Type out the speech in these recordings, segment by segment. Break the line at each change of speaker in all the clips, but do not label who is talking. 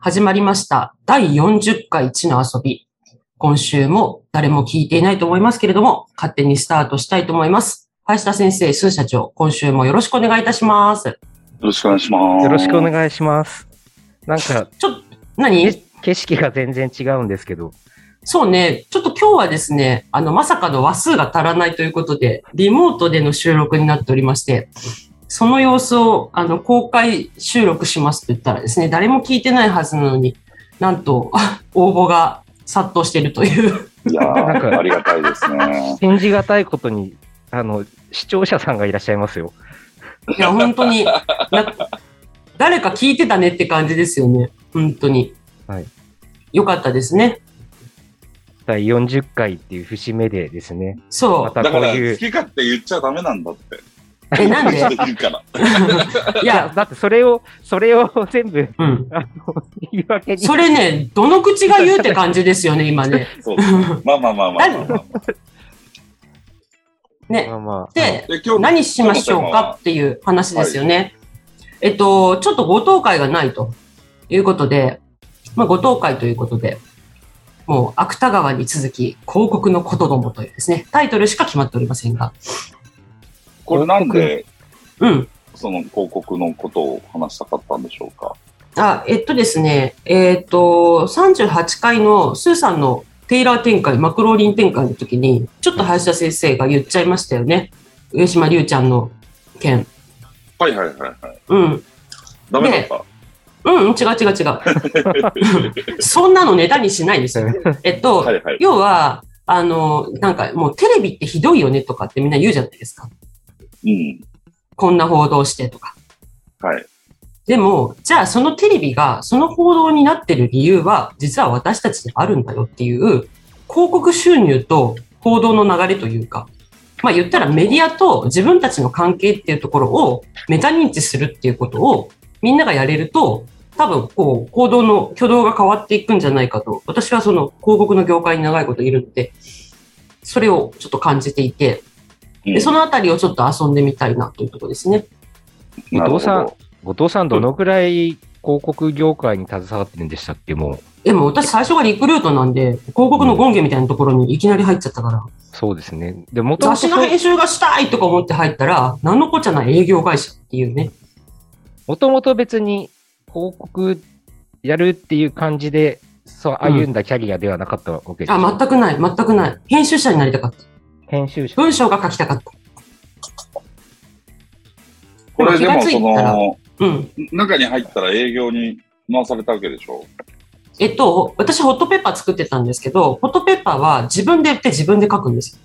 始まりました。第40回地の遊び。今週も誰も聞いていないと思いますけれども、勝手にスタートしたいと思います。林田先生、スー社長、今週もよろしくお願いいたします。
よろしくお願いします。
よろしくお
い
願いします。なんか、
ちょっと、何
え景色が全然違うんですけど、
そうね、ちょっと今日はですね、あの、まさかの話数が足らないということで、リモートでの収録になっておりまして、その様子を、あの、公開収録しますと言ったらですね、誰も聞いてないはずなのに、なんと、 応募が殺到しているという。
いや
なん
ー
か
ありがたいですね。
信じがたいことに、あの、視聴者さんがいらっしゃいますよ。
いや、本当に、な誰か聞いてたねって感じですよね。本当に。
はい。
よかったですね。
第40回っていう節目でですね、
そ
ま
う。
た
だか
こう
ら、
い
好
う、
き勝手言っちゃダメなんだって。
え、なんで
言うから。
い
だ
や、
だってそれを、それを 全部
うん。
言い訳に、
それね、どの口が言うって感じですよね、今ね。
そうですねまあまあまあまあまあまあ、
ね
ま。あまあ、はい
で、
で今日
何しましょうかっていう話ですよね。えっと、ちょっとご当会がないということで、まあ、ご当会ということで、もう芥川に続き、広告のことどもというですね、タイトルしか決まっておりませんが、
これなんで、
うん。
その広告のことを話したかったんでしょうか。
あ、えっとですね、えっと、38回のスーさんのテイラー展開、マクローリン展開の時に、ちょっと林田先生が言っちゃいましたよね。上島竜ちゃんの件。
はいはいはいはい。
うん。
ダメだった。
うん、うん違う違う違う。そんなのネタにしないですよ。えっと、
はいはい。
要は、あの、なんかもうテレビってひどいよねとかってみんな言うじゃないですか。
うん。
こんな報道してとか。
はい。
でも、じゃあそのテレビが、その報道になってる理由は、実は私たちにあるんだよっていう、広告収入と報道の流れというか、まあ言ったらメディアと自分たちの関係っていうところをメタ認知するっていうことをみんながやれると、多分こう、行動の挙動が変わっていくんじゃないかと、私はその広告の業界に長いこといるので、それをちょっと感じていて、
うん
でそのあたりをちょっと遊んでみたいなというところですね。
なるほ
後藤さ
ど
ん。後藤さんどのくらい広告業界に携わってるんでしたっけもう、
でも私最初がリクルートなんで、広告の権限みたいなところにいきなり入っちゃったから、
そうですね。で、もとも
雑誌
と
の編集がしたいとか思って入ったら、なんのこっちゃない営業会社っていうね。
もともと別に広告やるっていう感じで、そう歩んだキャリアではなかったわけですよ、
あ、全くない、全くない。編集者になりたかった。
編集者。
文章が書きたかった。
これで
気が
も、
つい
そ
たら
の、
うん。
中に入ったら営業に回されたわけでしょ
えっと、私ホットペッパー作ってたんですけど、ホットペッパーは自分で売って自分で書くんですよ。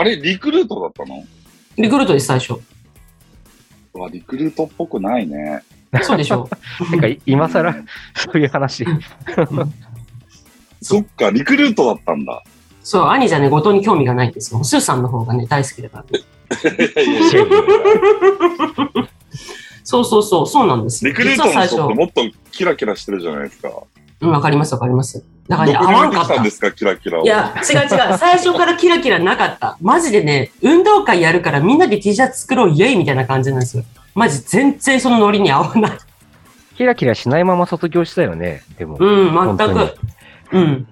あれ、リクルートだったの
リクルートです、最初。
うわ、リクルートっぽくないね。
そうでし ょ
てか、今
う
更、
ん
そういう話。
そっか、リクルートだったんだ。
そう、兄じゃね、後藤に興味がないんですよ。スーさんの方がね、大好きだから。
いやいやいやいや。
そうそうそう、そうなんですよ。
リクルー
実
ト
は
の
最
人
初
って。もっとキラキラしてるじゃないですか。
うん、わかります、わかります。だからね、
ど
合
こ
わ
に
ん
出
か
て
っ
きた
た
んで。すか、キラキラを。
いや、違う違う。最初からキラキラなかった。マジでね、運動会やるからみんなで T シャツ作ろう、イエイみたいな感じなんですよ。マジ全然そのノリに合わない。
キラキラしないまま卒業したよね、でも。
うん、全
本
く。うん。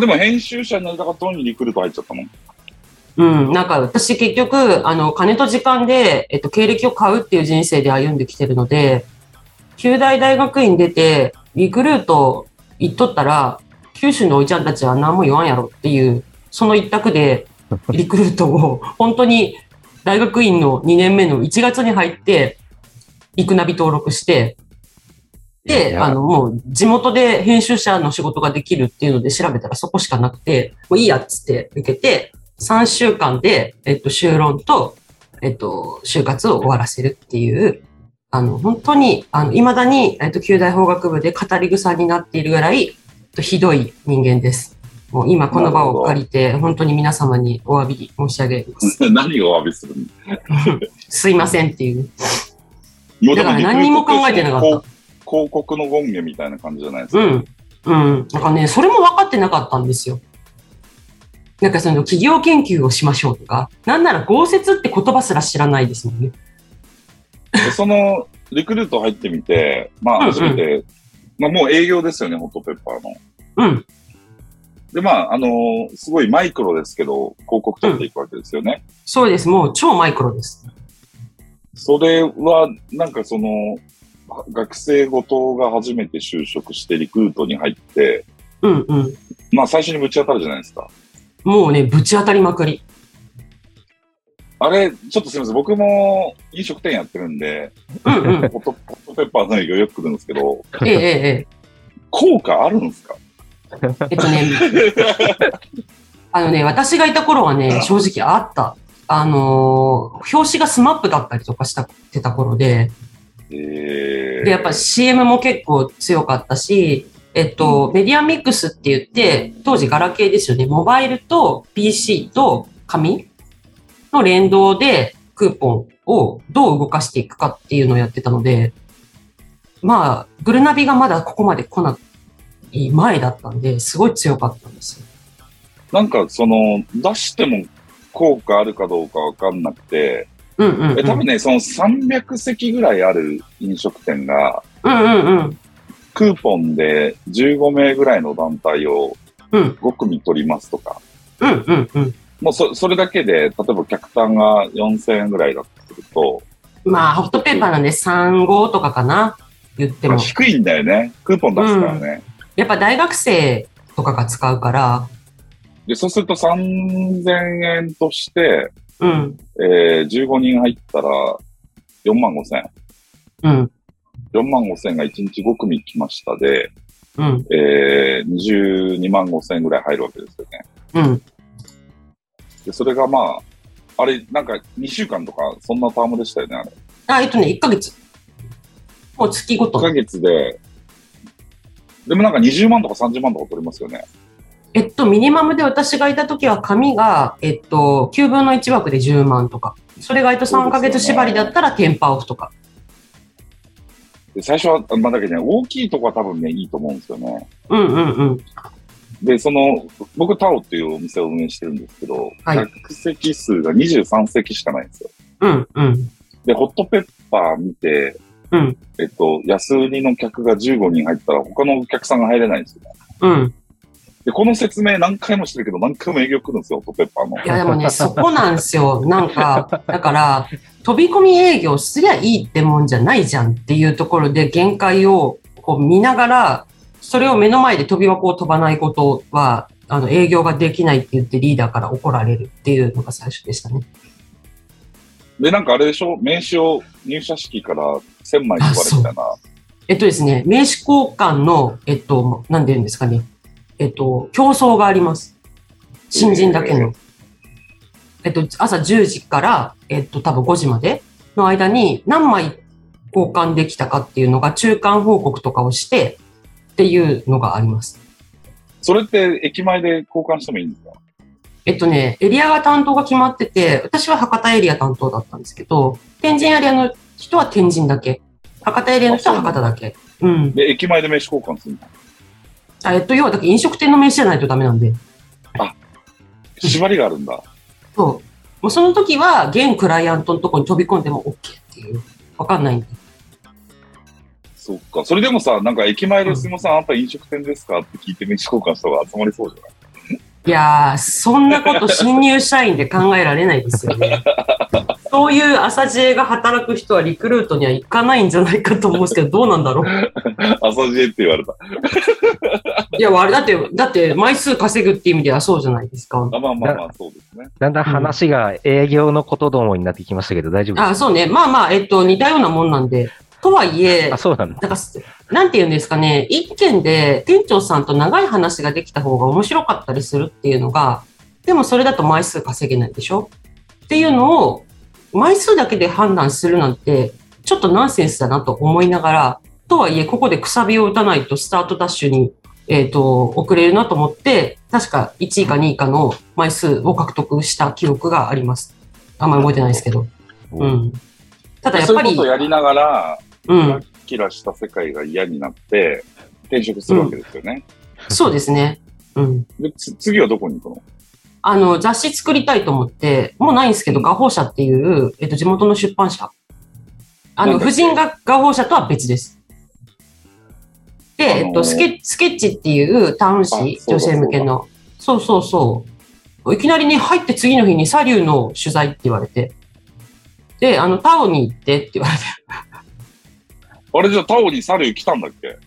でも編集者になりたかったのにリクルート入っちゃったの。
うん。なんか私結局、あの、金と時間で、えっと、経歴を買うっていう人生で歩んできてるので、九大大学院出て、リクルート行っとったら、九州のおいちゃんたちは何も言わんやろっていう、その一択で、リクルートを、本当に大学院の2年目の1月に入って、リクナビ登録して、
い
で、
や
あの、もう地元で編集者の仕事ができるっていうので調べたらそこしかなくて、もういいやっつって受けて、3週間で、えっと、修論と、えっと、就活を終わらせるっていう、あの、本当に、あの、未だに、えっと、旧大法学部で語り草になっているぐらい、えっとひどい人間です。もう今この場を借りて、本当に皆様にお詫び申し上げ ます。
何をお詫びするの
すいませんっていう。
もう
だ
で
から
もリクルートって
何にも考えてなかった
その広広告の権限みたいな感じじゃないです
う
か。
ん。うん。なんかね、それも分かってなかったんですよ。なんかその企業研究をしましょうとか、なんなら豪雪って言葉すら知らないですもんね。
でそのリクルート入ってみて、ま
うんう
あ
ん
初めてまあ、もう営業ですよね、ホットペッパーの。
うん。
で、まあ、あのーすごいマイクロですけど、広告取っていくわけですよね。
そうです。もう超マイクロです。
それは、なんかその、学生後藤が初めて就職してリクルートに入って、
うんうん。
まあ最初にぶち当たるじゃないですか。
もうね、ぶち当たりまくり。
あれ、ちょっとすみません。僕も飲食店やってるんで、
うん うん。
ホットホットペッパーの営業よく来るんですけど、
えええええ
効果あるんですか
え。えっとね、あのね、私がいた頃はね、正直あった。あのー表紙がスマップだったりとかしたってた頃で、
えー、
で、やっぱ CM も結構強かったし、えっと、メディアミックスって言って、当時ガラケーですよね。モバイルと PC と紙の連動でクーポンをどう動かしていくかっていうのをやってたので、まあ、グルナビがまだここまで来ない前だったんで、すごい強かったんですよ。
なんかその、出しても効果あるかどうかわかんなくて、
うんうん、うん。
え多分ね、その300席ぐらいある飲食店が、
うんうんうん。
クーポンで15名ぐらいの団体を
うん
5組取りますとか、
うんうんうん。
もうそそれだけで、例えば客単が4000円ぐらいだとすると、
まあ、ホットペーパーなんで3号とかかな言って
まあ
も。
低いんだよね。クーポン出すからね。
やっぱ大学生とかが使うから、
で、そうすると3000円として、
うん、
えー、15人入ったら4万5千。
うん、
4万5千が1日5組来ましたで、
うん、
えー、22万5千ぐらい入るわけですよね。
うん。
で、それがまあ、あれ、なんか2週間とか、そんなタームでしたよね、あれ。
あ、えっとね、1ヶ月。もう月ご
1
と
ヶ。月で、でもなんか20万とか30万とか取りますよね。
えっと、ミニマムで私がいた時は紙が、えっと、9分の1枠で10万とか。それがえっと3ヶ月縛りだったら10%オフとか。
で最初は、まあ、だけどね、大きいとこは多分ね、いいと思うんですよね。
うんうんうん。
で、その、僕、タオっていうお店を運営してるんですけど、
はい
客席数が23席しかないんですよ。
うんうん。
で、ホットペッパー見て、
うん
えっと、安売りの客が15人入ったら、他のお客さんが入れないんですよね。
うん。
で、この説明何回もしてるけど、何回も営業来るんですよ、ホットペッパーの。
いやでもね、そこなんですよ。なんか、だから、飛び込み営業すりゃいいってもんじゃないじゃんっていうところで限界をこう見ながら、それを目の前で飛び箱を飛ばないことは、あの、営業ができないって言ってリーダーから怒られるっていうのが最初でしたね。
で、なんかあれでしょ名刺を入社式から1000枚配るみたいな。
えっとですね、名刺交換の、えっと、なんで言うんですかね。えっと、競争があります。新人だけの。えっと、朝10時から、えっと、多分5時までの間に何枚交換できたかっていうのが中間報告とかをしてっていうのがあります。
それって駅前で交換してもいいんですか
えっとね、エリアが担当が決まってて、私は博多エリア担当だったんですけど、天神エリアの人は天神だけ。博多エリアの人は博多だけ。うん。
で、駅前で名刺交換するの
あえっと、要はだから飲食店の名刺じゃないとダメなんで。
縛りがあるんだ。
そう。もうその時は、現クライアントのとこに飛び込んでも OK っていう。わかんないんで。
そっか。それでもさ、なんか駅前で、すいません、あんた飲食店ですかって聞いて名刺交換した方が集まりそうじゃない
いやー、そんなこと新入社員で考えられないですよね。そういう朝知恵が働く人はリクルートには行かないんじゃないかと思うんですけど、どうなんだろう。
朝知恵って言われた。
いや、あれだって、だって枚数稼ぐって意味ではそうじゃないですか。
あまあまあまあ、そうですね。
だんだん話が営業のことどもになってきましたけど、大丈夫です
あ、そうね。まあまあ、えっと、似たようなもんなんで。とはいえ
あ、、そうなん
な
だ。
んか、なんて言うんですかね、一件で店長さんと長い話ができた方が面白かったりするっていうのが、でもそれだと枚数稼げないでしょっていうのを、枚数だけで判断するなんて、ちょっとナンセンスだなと思いながら、とはいえ、ここでくさびを打たないとスタートダッシュに、えっ、と、遅れるなと思って、確か1位か2位かの枚数を獲得した記憶があります。あんまり覚えてないですけど。うん。ただやっ
そう
ぱ
いうこ
り、
とをやりながら、
うん。
キラした世界が嫌になって、転職するわけですよね。
そうですね。うん。
で、つ次はどこに行くの
あの、雑誌作りたいと思って、もうないんですけど、画報社っていう、えっと、地元の出版社。あ
な
の、
んだっ
婦
け
人が画報社とは別です。で、えっ
あの
と、
ー
スケスケッチっていうタウン誌、
あそうだ
女性向けの。そうそうそう。いきなりね、入って次の日にサリューの取材って言われて。で、あの、タオに行ってって言われて。
あれじゃあタオにサル来たんだっけ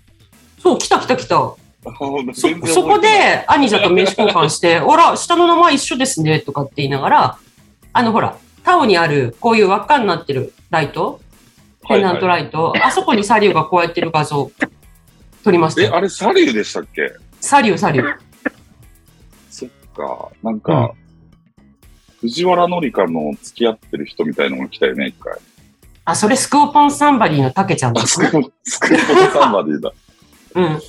そう、来た来た来た。そ
そ
そこで、アニジャと名刺交換 して、あら、下の名前一緒ですね、とかって言いながら、あの、ほら、タオにある、こういう輪っかになってるライト、ペナントライト、あそこにサリューがこうやってる画像、撮りまし
え、
たよ。
あれサリューでしたっけ
サリュー、サリュー。
そっか。なんか、藤原紀香の付き合ってる人みたいのが来たよね、一回。
あ、それスクーポンサンバリーのタケちゃんで
あ、
す
ス
ね。
クースクープサンバディだ。
うん。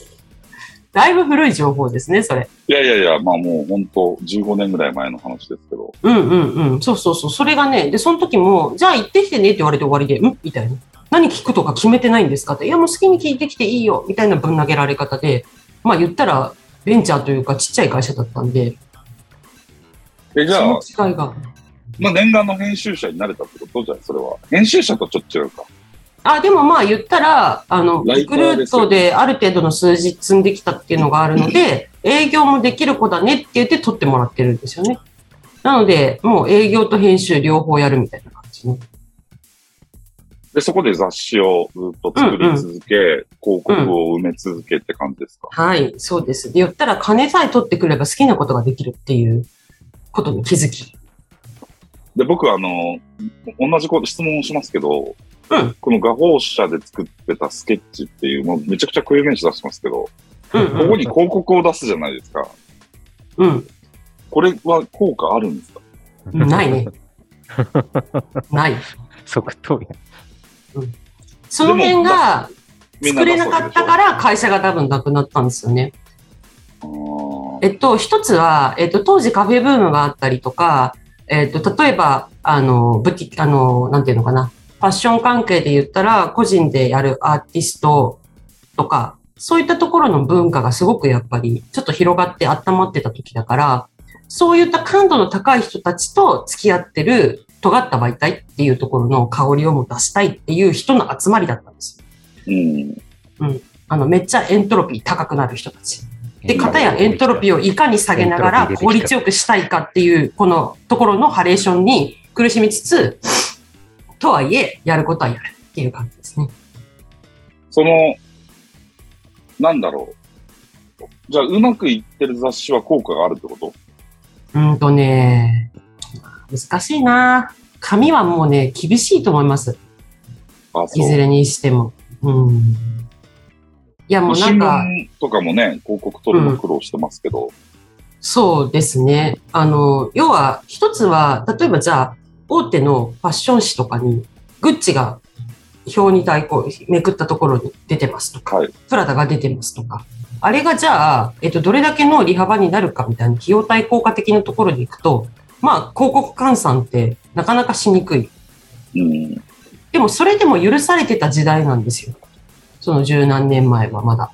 だいぶ古い情報ですね、それ。
いやいやいや、まあもう本当15年ぐらい前の話ですけど。
うんうんうん。そうそうそう。それがね、で、その時も、じゃあ行ってきてねって言われて終わりで、んみたいな。何聞くとか決めてないんですかって。いや、もう好きに聞いてきていいよ。みたいなぶん投げられ方で。まあ言ったら、ベンチャーというかちっちゃい会社だったんで、
え、じゃあ、
その違いが。
まあ念願の編集者になれたってことじゃん、それは。編集者とちょっと違うか。
あ、でもまあ言ったら、あの、
ラ
リ
イタ
ク
ー
ル
で
ー
すよ
トである程度の数字積んできたっていうのがあるので、営業もできる子だねって言って取ってもらってるんですよね。なので、もう営業と編集両方やるみたいな感じね。
で、そこで雑誌をずっと作り続け、広告を埋め続けって感じですか。
はい、そうです。で、言ったら金さえ取ってくれば好きなことができるっていうことに気づき。
で、僕あの、同じこと質問をしますけど、
うん
この画報社で作ってたスケッチっていう、もうめちゃくちゃ固有名詞出してますけど、
うん、
ここに広告を出すじゃないですか。
うん。
これは効果あるんですか
うん。ない ね。ない。
即答や。
その辺が
みん
作
出
れ
す
なか
わけで
っ
しょ
たから会社が多分なくなったんですよね。
あー
えっと、一つは、えっと、当時カフェブームがあったりとか、えっと、例えば、あの、ブティ、あの、なんていうのかな、ファッション関係で言ったら、個人でやるアーティストとか、そういったところの文化がすごくやっぱり、ちょっと広がって温まってた時だから、そういった感度の高い人たちと付き合ってる、尖った媒体っていうところの香りをも出したいっていう人の集まりだったんですよ。
うん。
あの、めっちゃエントロピー高くなる人たち。で、
うん
片やエントロピーをいかに下げながら
エントロ
効
ピー出てき
率
た
よくしたいかっていう、このところのハレーションに苦しみつつ、とはいえ、やることはやるっていう感じですね。
その、なんだろう。じゃあ、うまくいってる雑誌は効果があるってこと
うーんとね、難しいな紙はもうね、厳しいと思います。
あ、
いず
そう。
れにしても。うん。いや、もうな
新
んか、
聞とかもね、広告取るの苦労してますけど、
そうですね。あの、要は、一つは、例えばじゃあ、大手のファッション誌とかに、グッチが表に対抗、めくったところに出てますとか、
はい。
プラダが出てますとか、あれがじゃあ、えっと、どれだけの利幅になるかみたいな費用対効果的なところに行くと、まあ、広告換算ってなかなかしにくい。
うん。
でも、それでも許されてた時代なんですよ。その十何年前はまだ。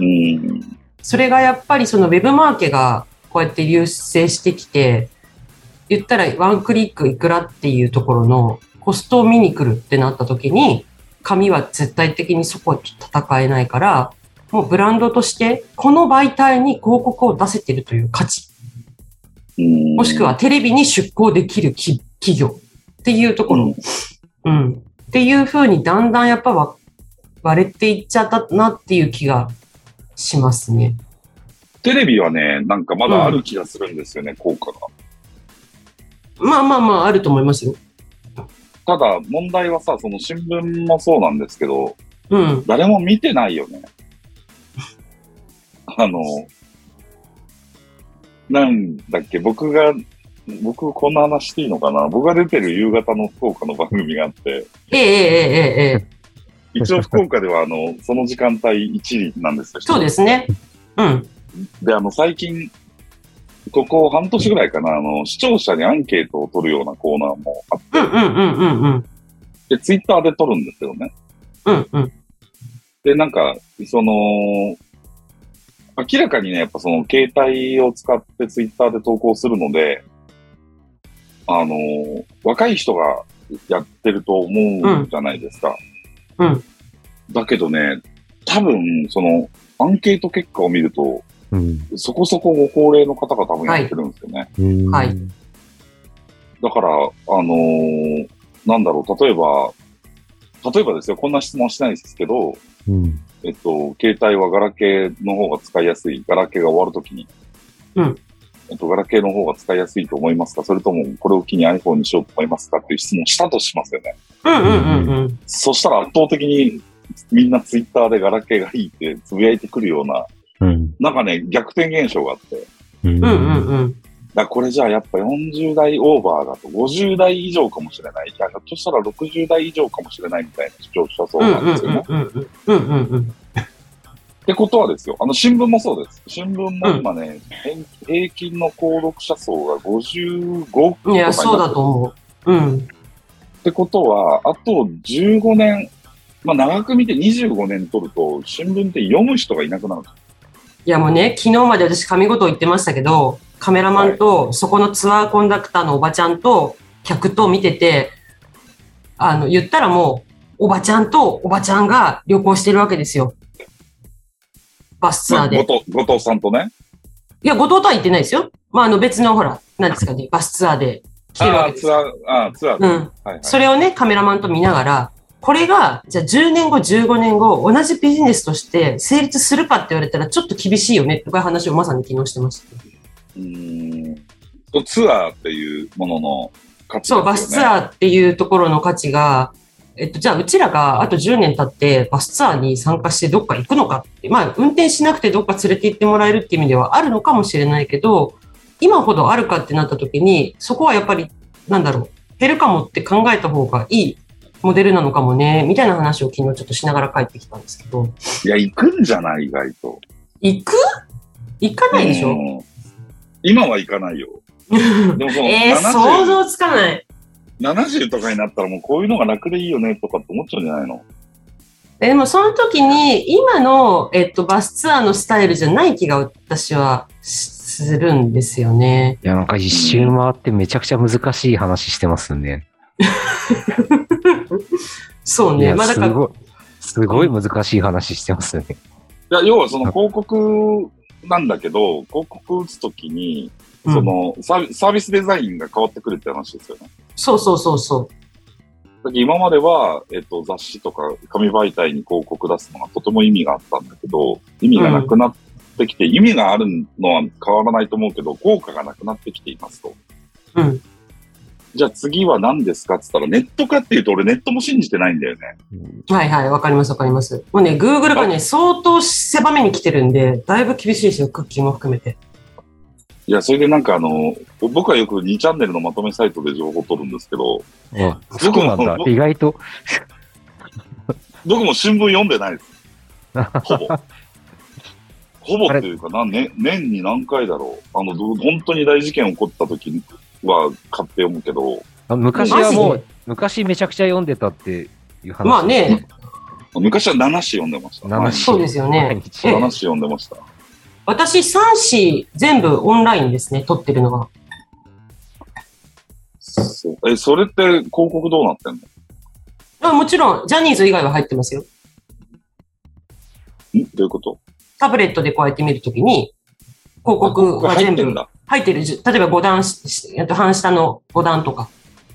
うん。
それがやっぱりそのウェブマーケがこうやって流星してきて、言ったらワンクリックいくらっていうところのコストを見に来るってなった時に、紙は絶対的にそこと戦えないから、もうブランドとしてこの媒体に広告を出せてるという価値、
うん
もしくは、テレビに出稿できるき企業っていうところ、うん、っていうふうにだんだんやっぱわ割れていっちゃったなっていう気がしますね。
テレビはね、なんかまだある気がするんですよね、効果が。
まあまあまああると思いますよ。
ただ、問題はさ、その新聞もそうなんですけど、
うん。
誰も見てないよね。 あの、なんだっけ、僕が、僕、こんな話していいのかな僕が出てる夕方の福岡の番組があって、
ええええええええ。
一応福岡では、あの、その時間帯1位なんですよ。
そうですね。うん。
で、あの、最近、ここ半年ぐらいかな、あの、視聴者にアンケートを取るようなコーナーもあっ
うんうんうんうんうん。
て、ツイッターで取るんですよね。
うんうん。
で、なんか、その、明らかにね、やっぱその、携帯を使ってツイッターで投稿するので、あの、若い人がやってると思うじゃないですか。
うんうん
だけどね、多多分、その、アンケート結果を見ると、
うん
そこそこご高齢の方が多分やってるんですよね。
うん
はい
だから、あのーなんだろう、例えば、例えばですよ、こんな質問しないですけど、
うん
えっと、携帯はガラケーの方が使いやすい、ガラケーが終わるときに、
うん
えっと、ガラケーの方が使いやすいと思いますかそれとも、これを機に iPhone にしようと思いますかっていう質問したとしますよね。
うんうんうんうん。
そしたら圧倒的にみんな Twitter でガラケーがいいってつぶやいてくるような、
うん
なんかね、逆転現象があって、だか
うん
うんうんうん。
らこれじゃあやっぱ40代オーバーだと50代以上かもしれない。いや、ひょっとしたら60代以上かもしれないみたいな主張したそう
うん
なん
うん
ですよね。
うんうん。うんうんうん。
ってことはですよ、あの新聞もそうです。新聞も今ね、平平均の購読者層が55とか
い
にな
や、
って
そうだと思う。うん。
ってことは、あと15年、まあ長く見て25年取ると、新聞って読む人がいなくなる。
いや、もうね、昨日まで私、神事を言ってましたけど、カメラマンと、そこのツアーコンダクターのおばちゃんと、客と見てて、あの、言ったらもう、おばちゃんとおばちゃんが旅行してるわけですよ。バスツ
ま
アー
あ、
で。
後藤後藤さんとね。
いや、後藤とは言ってないですよ。まあ、あの、別の、ほら、なんですかね、バスツアーで来てるわ
あ
け
あ、
です
ツ
よ。
アー、ああ、ツアー。
う
はい
ん。
はい。
それをね、カメラマンと見ながら、これが、じゃあ10年後、15年後、同じビジネスとして成立するかって言われたら、ちょっと厳しいよね、とかいう話をまさに昨日してました。
うーんとツアーっていうものの価値ですよ
そ
ね
う、バスツアーっていうところの価値が、えっと、じゃあ、うちらがあと10年経って、バスツアーに参加してどっか行くのかって、まあ、運転しなくてどっか連れて行ってもらえるっていう意味ではあるのかもしれないけど、今ほどあるかってなった時に、そこはやっぱり、なんだろう、減るかもって考えた方がいいモデルなのかもね、みたいな話を昨日ちょっとしながら帰ってきたんですけど、
いや、行くんじゃない意外と。
行く行かないでし
う
ょ
ん今は行かないよ。でもそ の
えー、
70
想像つかない。
70とかになったらもうこういうのが楽でいいよねとかって思っちゃうんじゃないの
でもその時に今の、えっと、バスツアーのスタイルじゃない気が私はしするんですよね。
いや、なんか一周回ってめちゃくちゃ難しい話してますね。
そう
い
ね。
や、
まあだ
す
から、
ごい、すごい難しい話してますね。
いや、要はその広告なんだけど、広告打つときに、
うん
そのサービサービスデザインが変わってくるって話ですよね。
そうそうそうそ
だって今までは、えっと、雑誌とか紙媒体に広告出すのがとても意味があったんだけど、意味がなくなってきて、意味があるのは変わらないと思うけど、効果がなくなってきていますと。
う。うん。
じゃあ次は何ですかって言ったら、ネットかっていうと俺ネットも信じてないんだよね。
はいはい。わかりますわかります。もうね、Google がね、相当狭めに来てるんで、だいぶ厳しいですよ。クッキーも含めて。
いや、それでなんかあの、僕はよく2チャンネルのまとめサイトで情報を取るんですけど、
あそうなんだ。
僕
意外と。
僕も新聞読んでないです。 ほぼ。ほぼっていうか、なんね、年に何回だろう。あの、ど本当に大事件起こった時は買って読むけど、
あ昔はも
マジ
う、昔めちゃくちゃ読んでたっていう話。
まあね、
昔は7紙読んでました。
7
7
そうですよね。
毎日。
え
紙読んでました。
私3紙全部オンラインですね。撮ってるのは。
そうえ、それって広告どうなってんの
あもちろん、ジャニーズ以外は入ってますよ。
んどういうこと
タブレットでこうやって見るときに、広告
これ
は
入
全
って
部
んだ。
入ってるじゅ。例えば5段し、しえっと半下の5段とか、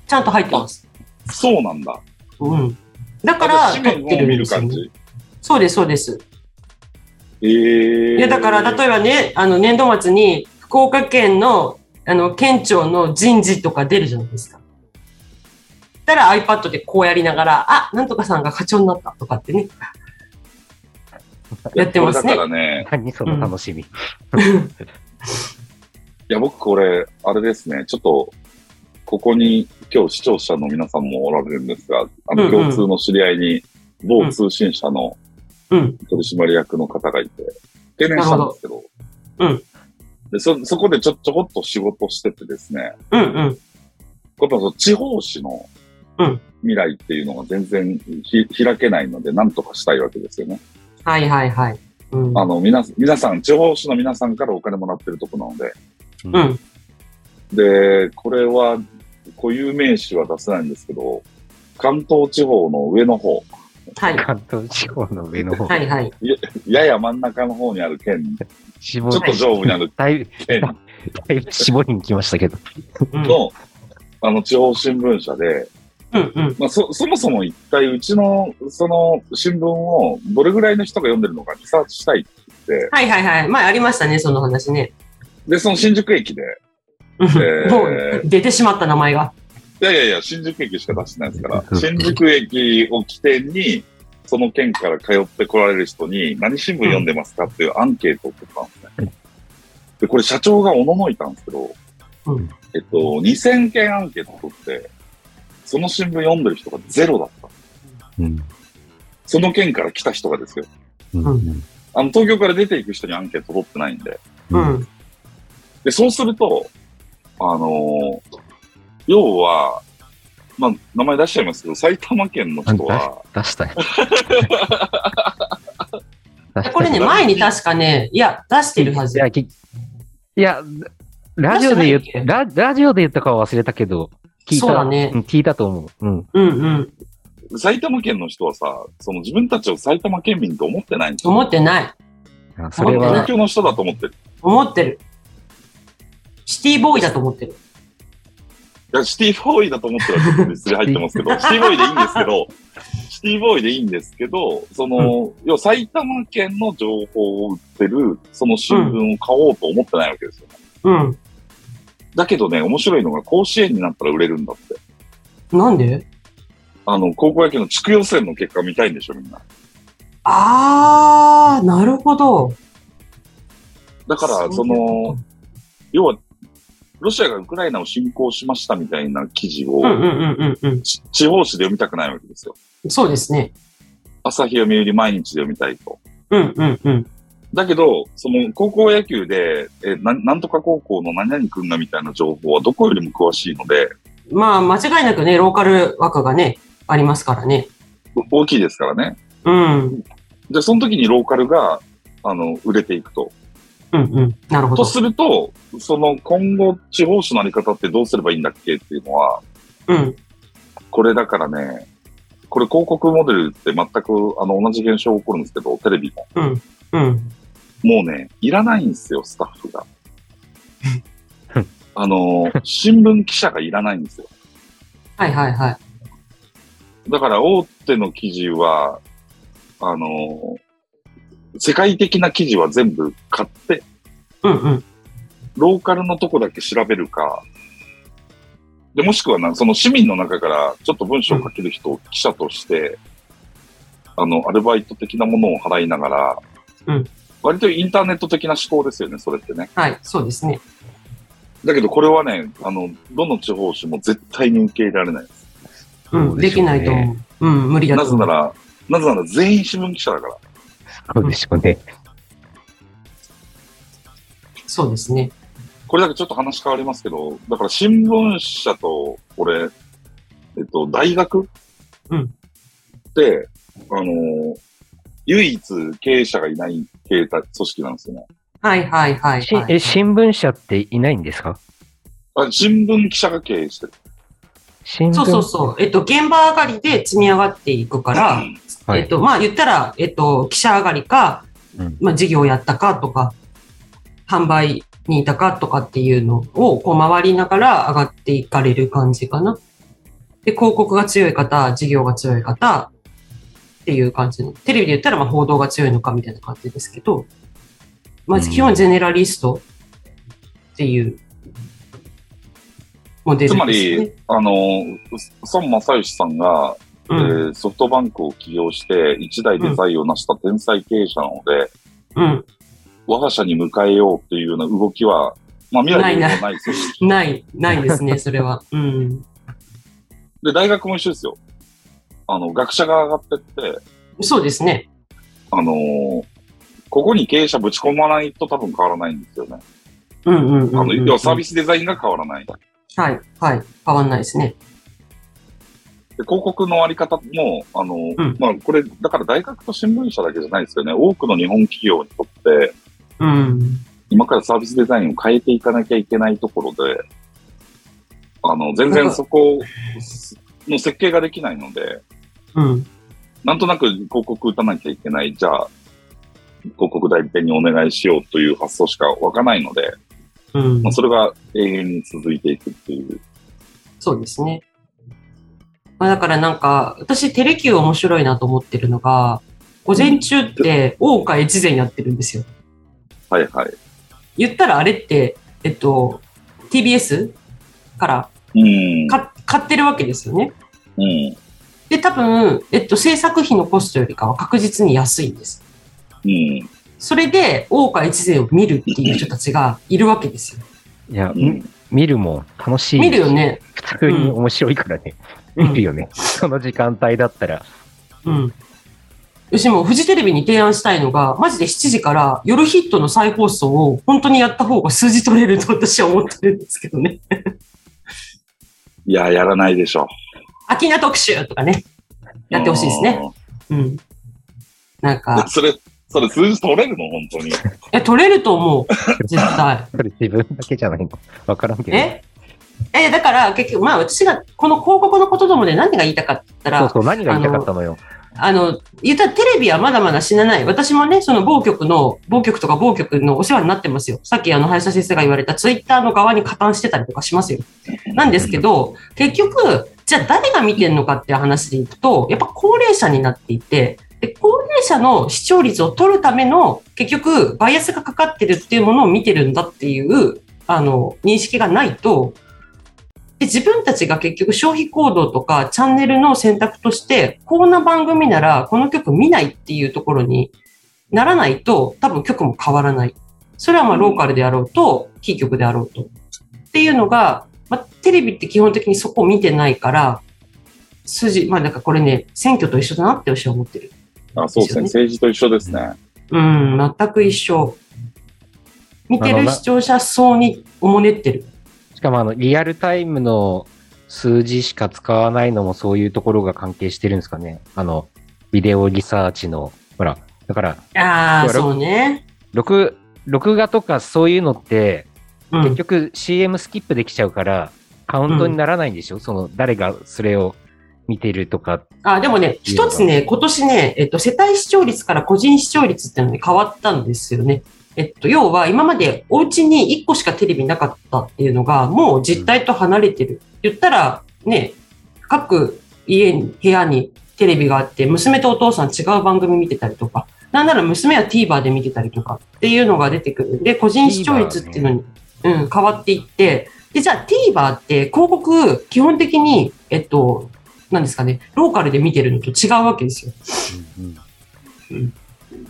ちゃんと入ってます。
そうなんだ。
うん。だから、
紙面
撮ってる
を見
んで
る
すよ
感
ね
じ。
そうです、そうです。
えー。
いや、だから、例えばね、あの、年度末に、福岡県の、あの、県庁の人事とか出るじゃないですか。たら iPad でこうやりながら、あ、なんとかさんが課長になったとかってね。やってますね
これだからね、
何その楽しみ。
いや、僕これ、あれですね、ちょっと、ここに今日視聴者の皆さんもおられるんですが、あ
う
の、
んうん
共通の知り合いに、某通信社の
うん。
取締役の方がいて、定年したんですけど、
なるほ
でそ、そこでちょ、ちょこっと仕事しててですね、
うんうん。
やっぱその地方紙の
うん
未来っていうのが全然ひ開けないので、なんとかしたいわけですよね。
はいはいはい。うん。
あの、皆、皆さん、地方紙の皆さんからお金もらってるとこなので、
うん。
で、これは固有名詞は出せないんですけど、関東地方の上の方、
はい。
関東地方の上の方、
はいはい。
やや真ん中の方にある県、ち
ち
ょっと上部にある
だいぶ、
県
だいぶ絞りに来ましたけど。
うん
の、あの、地方新聞社で、
うんうん。
まあ、そ、そもそも一体うちの、その、新聞をどれぐらいの人が読んでるのかリサーチしたいって言って、
はいはいはい。前ありましたね、その話ね。
で、その新宿駅で、
うん
えー
もう出てしまった名前が。
いやいやいや、新宿駅しか出してないですから、新宿駅を起点に、その県から通って来られる人に、何新聞読んでますかっていうアンケートを取ったんですね。で、これ社長がおののいたんですけど、
うん
えっと、2000件アンケート取って、その新聞読んでる人がゼロだった。
うん。
その県から来た人がですよ。
うん。
あの、東京から出ていく人にアンケート取ってないんで。
う
うん。
ん。
で、そうすると、あのー要は、まあ、名前出しちゃいますけど、埼玉県の人は、
出し たね。
これね、前に確かね、いや、出してるはず
い。や、きいやラジオで言っ
出してない
ラ、ラジオで言ったかは忘れたけど、聞いた。
そうだね
ん聞いたと思う。うん。
うんうん。
埼玉県の人はさ、その自分たちを埼玉県民と思ってないんですよ。
思ってない。
あそ
思
れ
って
は
な
東、京の人だと思ってる。
思ってる。シティボーイだと思ってる。
いや、シティボーイだと思ってはちょっと失礼入ってますけど、シティボーイでいいんですけど、シティボーイでいいんですけど、その、要は埼玉県の情報を売ってる、その新聞を買おうと思ってないわけですよ。
うん。
だけどね、面白いのが甲子園になったら売れるんだって。
なんで
あの、高校野球の地区予選の結果見たいんでしょ、みんな。
あー、なるほど。
だから、その、要は、ロシアがウクライナを侵攻しましたみたいな記事を
うん、うんうんうんうん。
ち地方紙で読みたくないわけですよ。
そうですね。
朝日読売毎日で読みたいと。
うんうんうん。
だけど、その高校野球で、えななんとか高校の何々くんがみたいな情報はどこよりも詳しいので、
まあ、間違いなくね、ローカル枠がね、ありますからね。
お大きいですからね。
うん。うん
で、その時にローカルが、あの、売れていくと。
うん。なるほ
と
ど。
すると、その今後地方紙のあり方ってどうすればいいんだっけっていうのは、
うん。
これだからね、これ広告モデルって全くあの同じ現象起こるんですけど、テレビも。
うん。うん。
もうね、いらないんですよ、スタッフが
ふん。
あの、新聞記者がいらないんですよ。
はいはいはい。
だから大手の記事は、あの、世界的な記事は全部買って、
うんうん。
ローカルのとこだけ調べるか、で、もしくはな、その市民の中からちょっと文章を書ける人を記者として、あの、アルバイト的なものを払いながら、
うん
割とインターネット的な思考ですよね、それってね。
はい、そうですね。
だけどこれはね、あの、どの地方紙も絶対に受け入れられない。
うん。できないと思う。うん、無理だ
な
と
ぜ
思
な
う。
ら、なぜなら全員新聞記者だから。
そうでしょうね。
そうですね。
これだけちょっと話変わりますけど、だから新聞社と、これ、えっと、大学
うん
で、あのー唯一経営者がいない経営体組織なんですよね。
はいはいはい、
し
はい。
え、新聞社っていないんですか
あ新聞記者が経営してる。
新聞
そうそうそう。えっと、現場上がりで積み上がっていくから、
は
えっ
い。
と、まあ言ったら、えっと、記者上がりか、
うん
まあ事業やったかとか、販売にいたかとかっていうのを、こう回りながら上がっていかれる感じかな。で、広告が強い方、事業が強い方、っていう感じの。テレビで言ったら、まあ報道が強いのかみたいな感じですけど、まあ
うん
基本ゼネラリストっていうモデルです
つ
ね。
まり、あのー孫正義さんが、
う
え
ん、
ーソフトバンクを起業して、一代デザインを成した天才経営者なので、
うん、
我が社に迎えようっていうような動きは、まあ未来にもないですよ。
ない、ないです ね、それは。うん。
で、大学も一緒ですよ。あの、学者が上がってって、
そうですね。
あのーここに経営者ぶち込まないと多分変わらないんですよね。
うんうんうんうん、
あの、要はサービスデザインが変わらない。で、
はい、はい。変わんないですね。
広告のあり方も、あのー
うん
まあ、これ、だから大学と新聞社だけじゃないですよね。多くの日本企業にとって、
うん。
今からサービスデザインを変えていかなきゃいけないところで、あの、全然そこの設計ができないので、
うん。
なんとなく広告打たなきゃいけない、じゃあ、広告代理店にお願いしようという発想しか湧かないので、
うん
まあ、。それが永遠に続いていくっていう。
そうですね。まあ、だからなんか、私、テレキュー面白いなと思ってるのが、午前中って、大岡越前やってるんですよ。
はいはい。
言ったらあれって、えっと、TBS から
うん。
か買ってるわけですよね。
うん。
で、多分、えっと、制作費のコストよりかは確実に安いんです。
うん。
それで、大岡越前を見るっていう人たちがいるわけですよ。
いや、
うん。
見るも楽しい。
見るよ。ね。
普通に面白いからね。
うん
見るよね。その時間帯だったら。
うん。うちもフジテレビに提案したいのが、マジで7時から夜ヒットの再放送を本当にやった方が数字取れると私は思ってるんですけどね。
いや、やらないでしょ。
秋名特集とかね。やってほしいですね。うん。なん
うん。
か、
それ、それ数字取れるの本当に。
え、取れると思う。絶 対。
それ自分だけじゃないの。わからんけど。
ええ、だから結局、まあ私がこの広告のことどもで何が言いたかったら、
そうそう、何が言いたかったのよ。
あの、言ったらテレビはまだまだ死なない。私もね、その某局の、某局とか某局のお世話になってますよ。さっきあの、林田先生が言われたツイッターの側に加担してたりとかしますよ。なんですけど、結局、じゃあ誰が見てんのかっていう話でいくと、やっぱ高齢者になっていて、で高齢者の視聴率を取るための、結局、バイアスがかかってるっていうものを見てるんだっていう、あの、認識がないと、で自分たちが結局消費行動とかチャンネルの選択として、こんな番組ならこの曲見ないっていうところにならないと、多分曲も変わらない。それはまあローカルであろうと、キー局であろうと。っていうのが、まあ、テレビって基本的にそこ見てないから、数字、まあなんかこれね、選挙と一緒だなって私は思ってる。
あそうですね。
です
政治と一緒ですね。
うん、全く一緒。見て
あの
る
な
視聴者層におもねってる。
しかも、あの、リアルタイムの数字しか使わないのもそういうところが関係してるんですかね。あの、ビデオリサーチの、ほら、だから、
ああ、
だから
そうね。
録、録画とかそういうのって、
う
結
ん。
局 CM スキップできちゃうから、カウントにならないんでしょ、その、誰がそれを見てるとか。
あ、でもね、
いいの
一つね、今年ね、えっと、世帯視聴率から個人視聴率っていうのに変わったんですよね。えっと、要は今までお家に1個しかテレビなかったっていうのが、もう実態と離れてる。言ったら、ね、各家に、部屋にテレビがあって、娘とお父さん違う番組見てたりとか、なんなら娘は TVer で見てたりとかっていうのが出てくるんで、個人視聴率っていうのに、うん、変わっていって、で、じゃあ TVer って広告、基本的に、えっと、なんですかね、ローカルで見てるのと違うわけですよ。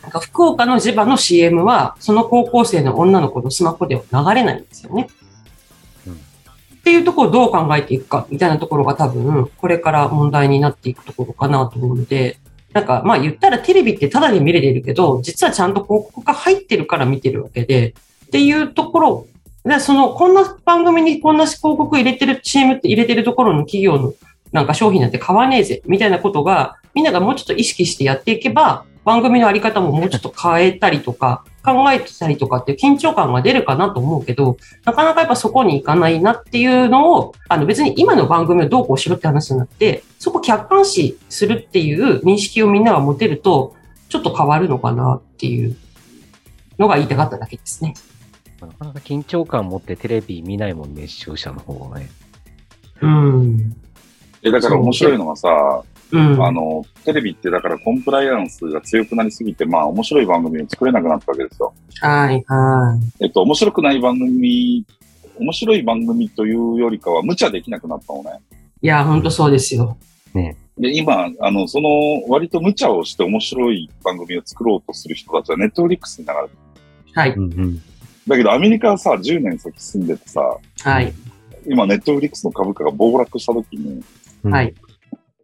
なんか福岡の地場の CM は、その高校生の女の子のスマホでは流れないんですよね。
うん
っていうところをどう考えていくか、みたいなところが多分、これから問題になっていくところかなと思うので、なんか、まあ言ったらテレビってただで見れてるけど、実はちゃんと広告が入ってるから見てるわけで、っていうところ、でその、こんな番組にこんな広告入れてる、CM って入れてるところの企業のなんか商品なんて買わねえぜ、みたいなことが、みんながもうちょっと意識してやっていけば、番組のあり方ももうちょっと変えたりとか、考えてたりとかっていう緊張感が出るかなと思うけど、なかなかやっぱそこに行かないなっていうのを、あの別に今の番組をどうこうしろって話になって、そこ客観視するっていう認識をみんなが持てると、ちょっと変わるのかなっていうのが言いたかっただけですね。
なかなか緊張感持ってテレビ見ないもんね、視聴者の方はね。
うん。
え、だから面白いのはさ、
うん。
あの、テレビってだからコンプライアンスが強くなりすぎて、まあ面白い番組を作れなくなったわけですよ。
はい、はい。
えっと、面白くない番組、面白い番組というよりかは無茶できなくなったのね。
いや、ほんとそうですよ。
で、今、あの、その、割と無茶をして面白い番組を作ろうとする人たちはネットフリックスに流れてる。
はい、
だけどアメリカはさ、10年先住んでてさ、
はい、
今ネットフリックスの株価が暴落した時に、
はい。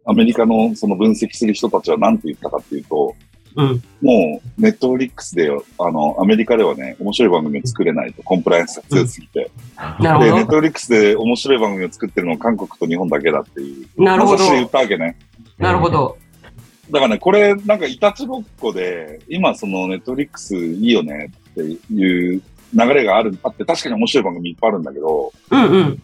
アメリカのその分析する人たちは何て言ったかっていうと、
うん。
もう、ネットフリックスで、あの、アメリカではね、面白い番組を作れないと、コンプライアンスが強すぎて。
なるほ
で、
ど
ネットフリックスで面白い番組を作ってるのは韓国と日本だけだっていう。
なるほど
ま。あ雑誌で言ったわけね。
なるほ。ど。
だからね、これ、なんか、いたちごっこで、今、その、ネットフリックスいいよねっていう流れがある、あって、確かに面白い番組いっぱいあるんだけど、
うんうん。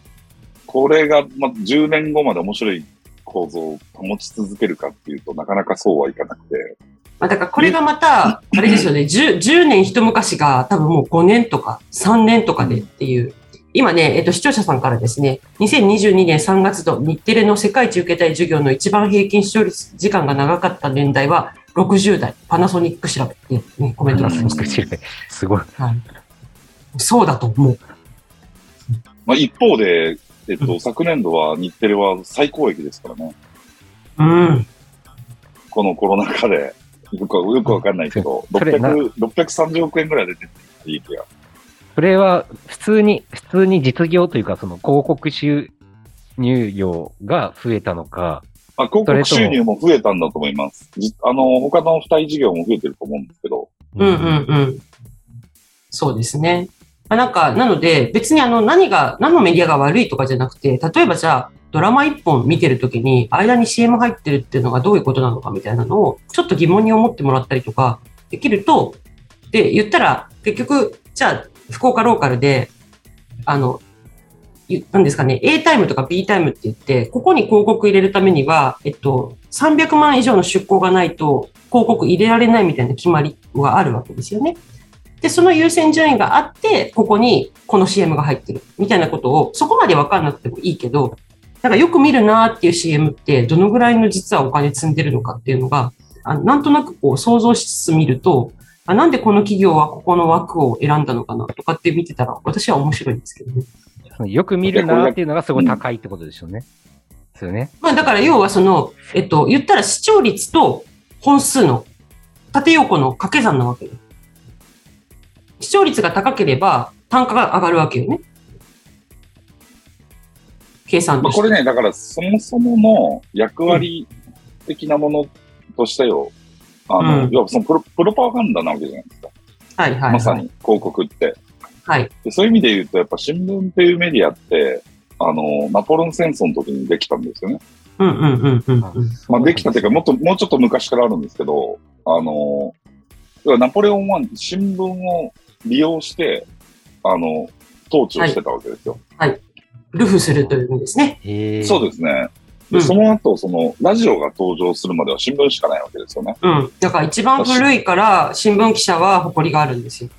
これが、まあ、10年後まで面白い構造を保ち続けるかっていうとなかなかそうはいかなくて、
まあ、だからこれがまた、あれですよね、10, 10年一昔が多分もう5年とか3年とかでっていう。今ね、えっと、視聴者さんからですね、2022年3月度、日テレの世界一受けたい授業の一番平均視聴率時間が長かった年代は60代、パナソニック調べっていうね、コメントが来ました。
すごい。
はいそうだと思う。
まあ、一方で、えっ
う
と、昨年度は日テレは最高益ですからね。
うん。
このコロナ禍で、よくよくわかんない けど、
それな
600 630億円ぐらい出てる利益が。
それは普通に、普通に実業というか、その広告収入量が増えたのか、
まあ、広告収入も増えたんだと思います。じあの、他の付帯事業も増えてると思うんですけど、
うんうんうん。そうですね。まあ、なんか、なので、別にあの、何が、何のメディアが悪いとかじゃなくて、例えばじゃあ、ドラマ一本見てるときに、間に CM 入ってるっていうのがどういうことなのかみたいなのを、ちょっと疑問に思ってもらったりとか、できると、で、言ったら、結局、じゃあ、福岡ローカルで、あの、ゆなんですかね、A タイムとか B タイムって言って、ここに広告入れるためには、えっと、300万以上の出向がないと、広告入れられないみたいな決まりがあるわけですよね。で、その優先順位があって、ここにこの CM が入ってるみたいなことを、そこまでわかんなくてもいいけど、なんかよく見るなーっていう CM って、どのぐらいの実はお金積んでるのかっていうのが、あなんとなくこう想像しつつ見ると、あなんでこの企業はここの枠を選んだのかなとかって見てたら、私は面白いんですけどね。
そのよく見るなーっていうのがすごい高いってことでしょうね。ですよね。
まあだから要はその、えっと、言ったら視聴率と本数の縦横の掛け算なわけよ。視聴率が高ければ単価が上がるわけよね。計算
ま
と
あ、
して。
これね、だからそもそもの役割的なものとしてよ、あの、
うん
要はそのプロプロパガンダなわけじゃないですか。
はいはい、はい。
まさに広告って。
はい。
でそういう意味で言うと、やっぱ新聞っていうメディアって、あの、ナポレオン戦争の時にできたんですよね。
うんうんうんうんうん。
まあ、できたというか、もっと、もうちょっと昔からあるんですけど、あの、要はナポレオンは新聞を利用して、あの、統治をしてたわけですよ。
ルフするという意味ですね。
へー
そうですね。
う
で、
ん
その後、その、ラジオが登場するまでは新聞しかないわけですよね。
うん。だから一番古いから新聞記者は誇りがあるんですよ。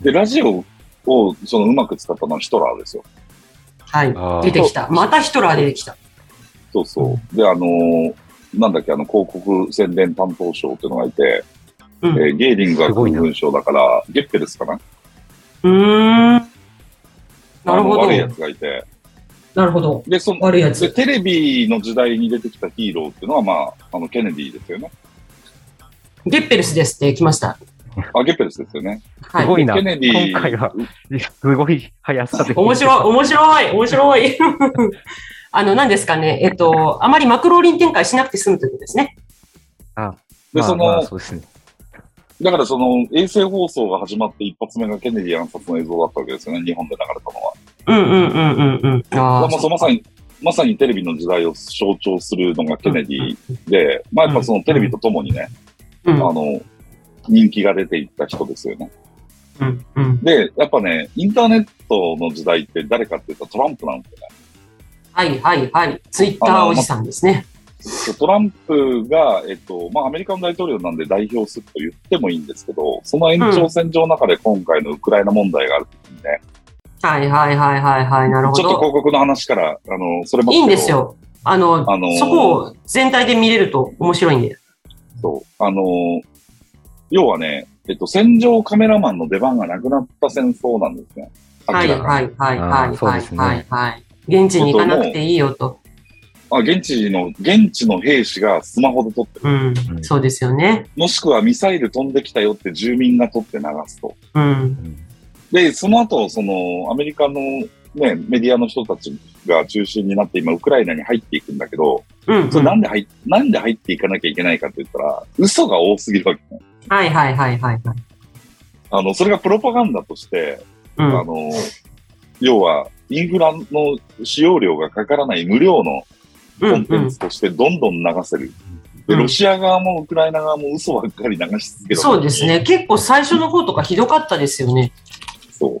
で、ラジオを、その、うまく使ったのはヒトラーですよ。
はい。
あ
出
ー
てきた。またヒトラー出てきた。
そうそう。で、あのーなんだっけ、あの、広告宣伝担当省っていうのがいて、
う
え
ん。
ーゲーリングが
すごい
空
な
軍省だから、ゲッペルスかな
うーん。なるほ
あ
ど。
の悪いやつがいて。
なるほど。
で、その、
悪いや
で、
つ。
テレビの時代に出てきたヒーローっていうのは、まあ、あの、ケネディですよね。
ゲッペルスですって来ました。
あ、ゲッペルスですよね。
は
すごいな。
ケネディ
今回は、すごい速さで。
面白い、面白い、面白い。 あの、何ですかね。えっと、あまりマクローリン展開しなくて済むということですね。
で、
まあ
そ
まあ
の、
そうですね。
だからその、衛星放送が始まって一発目がケネディ暗殺の映像だったわけですよね。日本で流れたのは。
うんうんうんうんうん。あ
ま
あ
あ、そうまさに、まさにテレビの時代を象徴するのがケネディで、まあ、やっぱそのテレビとともにね、
うん
あの、人気が出ていった人ですよね。
うんうん。
で、やっぱね、インターネットの時代って誰かっていうとトランプなんですよ
はいはいはい。ツイッターおじさんですね。
ね。トランプが、えっと、まあ、アメリカの大統領なんで代表すると言ってもいいんですけど、その延長線上の中で今回のウクライナ問題がある時にね、
はいはいはいはいはい。なるほ
ちょっと
ど。
広告の話から、あの、それます
いいんですよ。あの、
あのー
そこを全体で見れると面白いんで。
そう。あのー要はね、えっと、戦場カメラマンの出番がなくなった戦争なんですね。
はい
明らかに
はいはい
あ
はい
ーそう
は
で
い
すね
はいはい。現地に行かなくていいよと。
あ、現地の、現地の兵士がスマホで撮ってる。
うん。そうですよね。
もしくはミサイル飛んできたよって住民が撮って流すと。
うん。
で、その後、その、アメリカのね、メディアの人たちが中心になって今、ウクライナに入っていくんだけど、
うん、うん。
それなんで入っ、なんで入っていかなきゃいけないかって言ったら、嘘が多すぎるわけね。
はいはいはいはいはい。
あの、それがプロパガンダとして、
う
あ
ん。
の、要は、インフラの使用料がかからない無料のコンテンツとしてどんどん流せる。で、
うん
ロシア側もウクライナ側も嘘ばっかり流し続けた
そうです。ね。結構最初の方とかひどかったですよね。
そう。
うん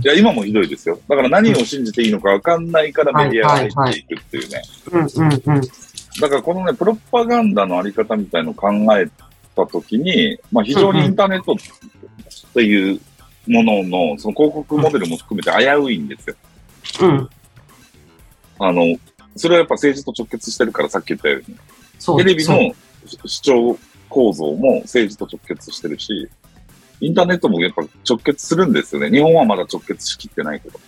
いや、今もひどいですよ。だから何を信じていいのか分かんないからメディアが入っていくっていうね。
うんうんうん。
だからこのね、プロパガンダのあり方みたいのを考えたときに、まあ非常にインターネットっていうものの、その広告モデルも含めて危ういんですよ。
うん。
あの、それはやっぱ政治と直結してるからさっき言ったように。
そう。
テレビ
そう
の視聴構造も政治と直結してるし、インターネットもやっぱ直結するんですよね。日本はまだ直結しきってないけど。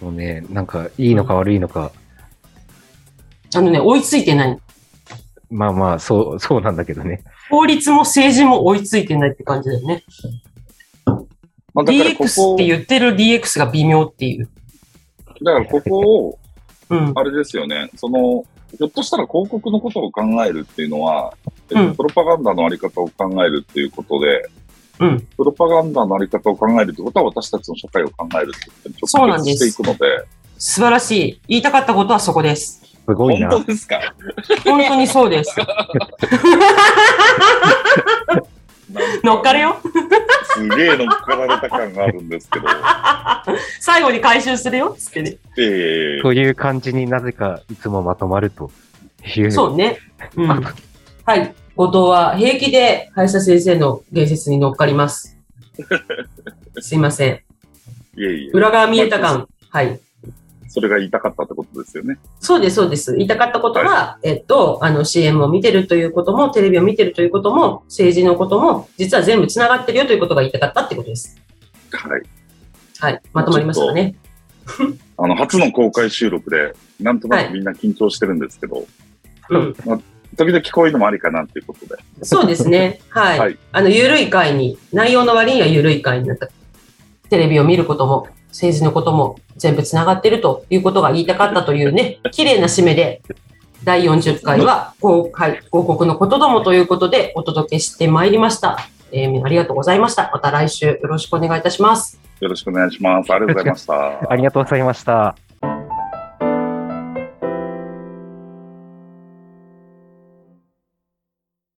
そうね、なんか、いいのか悪いのか、
あのね、追いついてない。
まあまあ、そう、そうなんだけどね。
法律も政治も追いついてないって感じだよね。
まあ、だからこ
DX
こ
って、言ってる DX が微妙っていう。
だからここを、
うん。
あれですよね、その、ひょっとしたら広告のことを考えるっていうのは、えっと
うん
プロパガンダのあり方を考えるっていうことで、
うん。
プロパガンダのあり方を考えるってことは私たちの社会を考えるってことに
そう
直
なん
結
で
し
す
ていくので、
素晴らしい。言いたかったことはそこ です。
すごいな。
本当ですか
本当にそうです。乗っかる。よ。
すげえ乗っかられた感があるん ですけど、
最後に回収するよ。つってね。
えー
という感じになぜかいつもまとまるという。
そうね。うん。はい。後藤は平気で林田先生の言説に乗っかり ます。すいません。
いえいえ、
裏側見えた感。はい。
それが言いたかったってことですよね。
そうです、そうです。言いたかったことは、えっと、あの、CM を見てるということも、テレビを見てるということも、政治のことも、実は全部繋がってるよということが言いたかったってことです。
はい。
はい。まとまりましたかね。
あの、初の公開収録で、なんとなくみんな緊張してるんですけど、
うん。
時々こういうのもありかなっていうことで。
そうですね。はい。
はい
あの、ゆるい回に、内容の割にはゆるい回になった。テレビを見ることも、政治のことも、全部つながってるということが言いたかったという ね、綺麗な締めで、第40回は公開、広告のことどもということでお届けしてまいりました。えー、ありがとうございました。また来週よろしくお願いいたします。
よろしくお願いします。ありがとうございました。
ありがとうございました。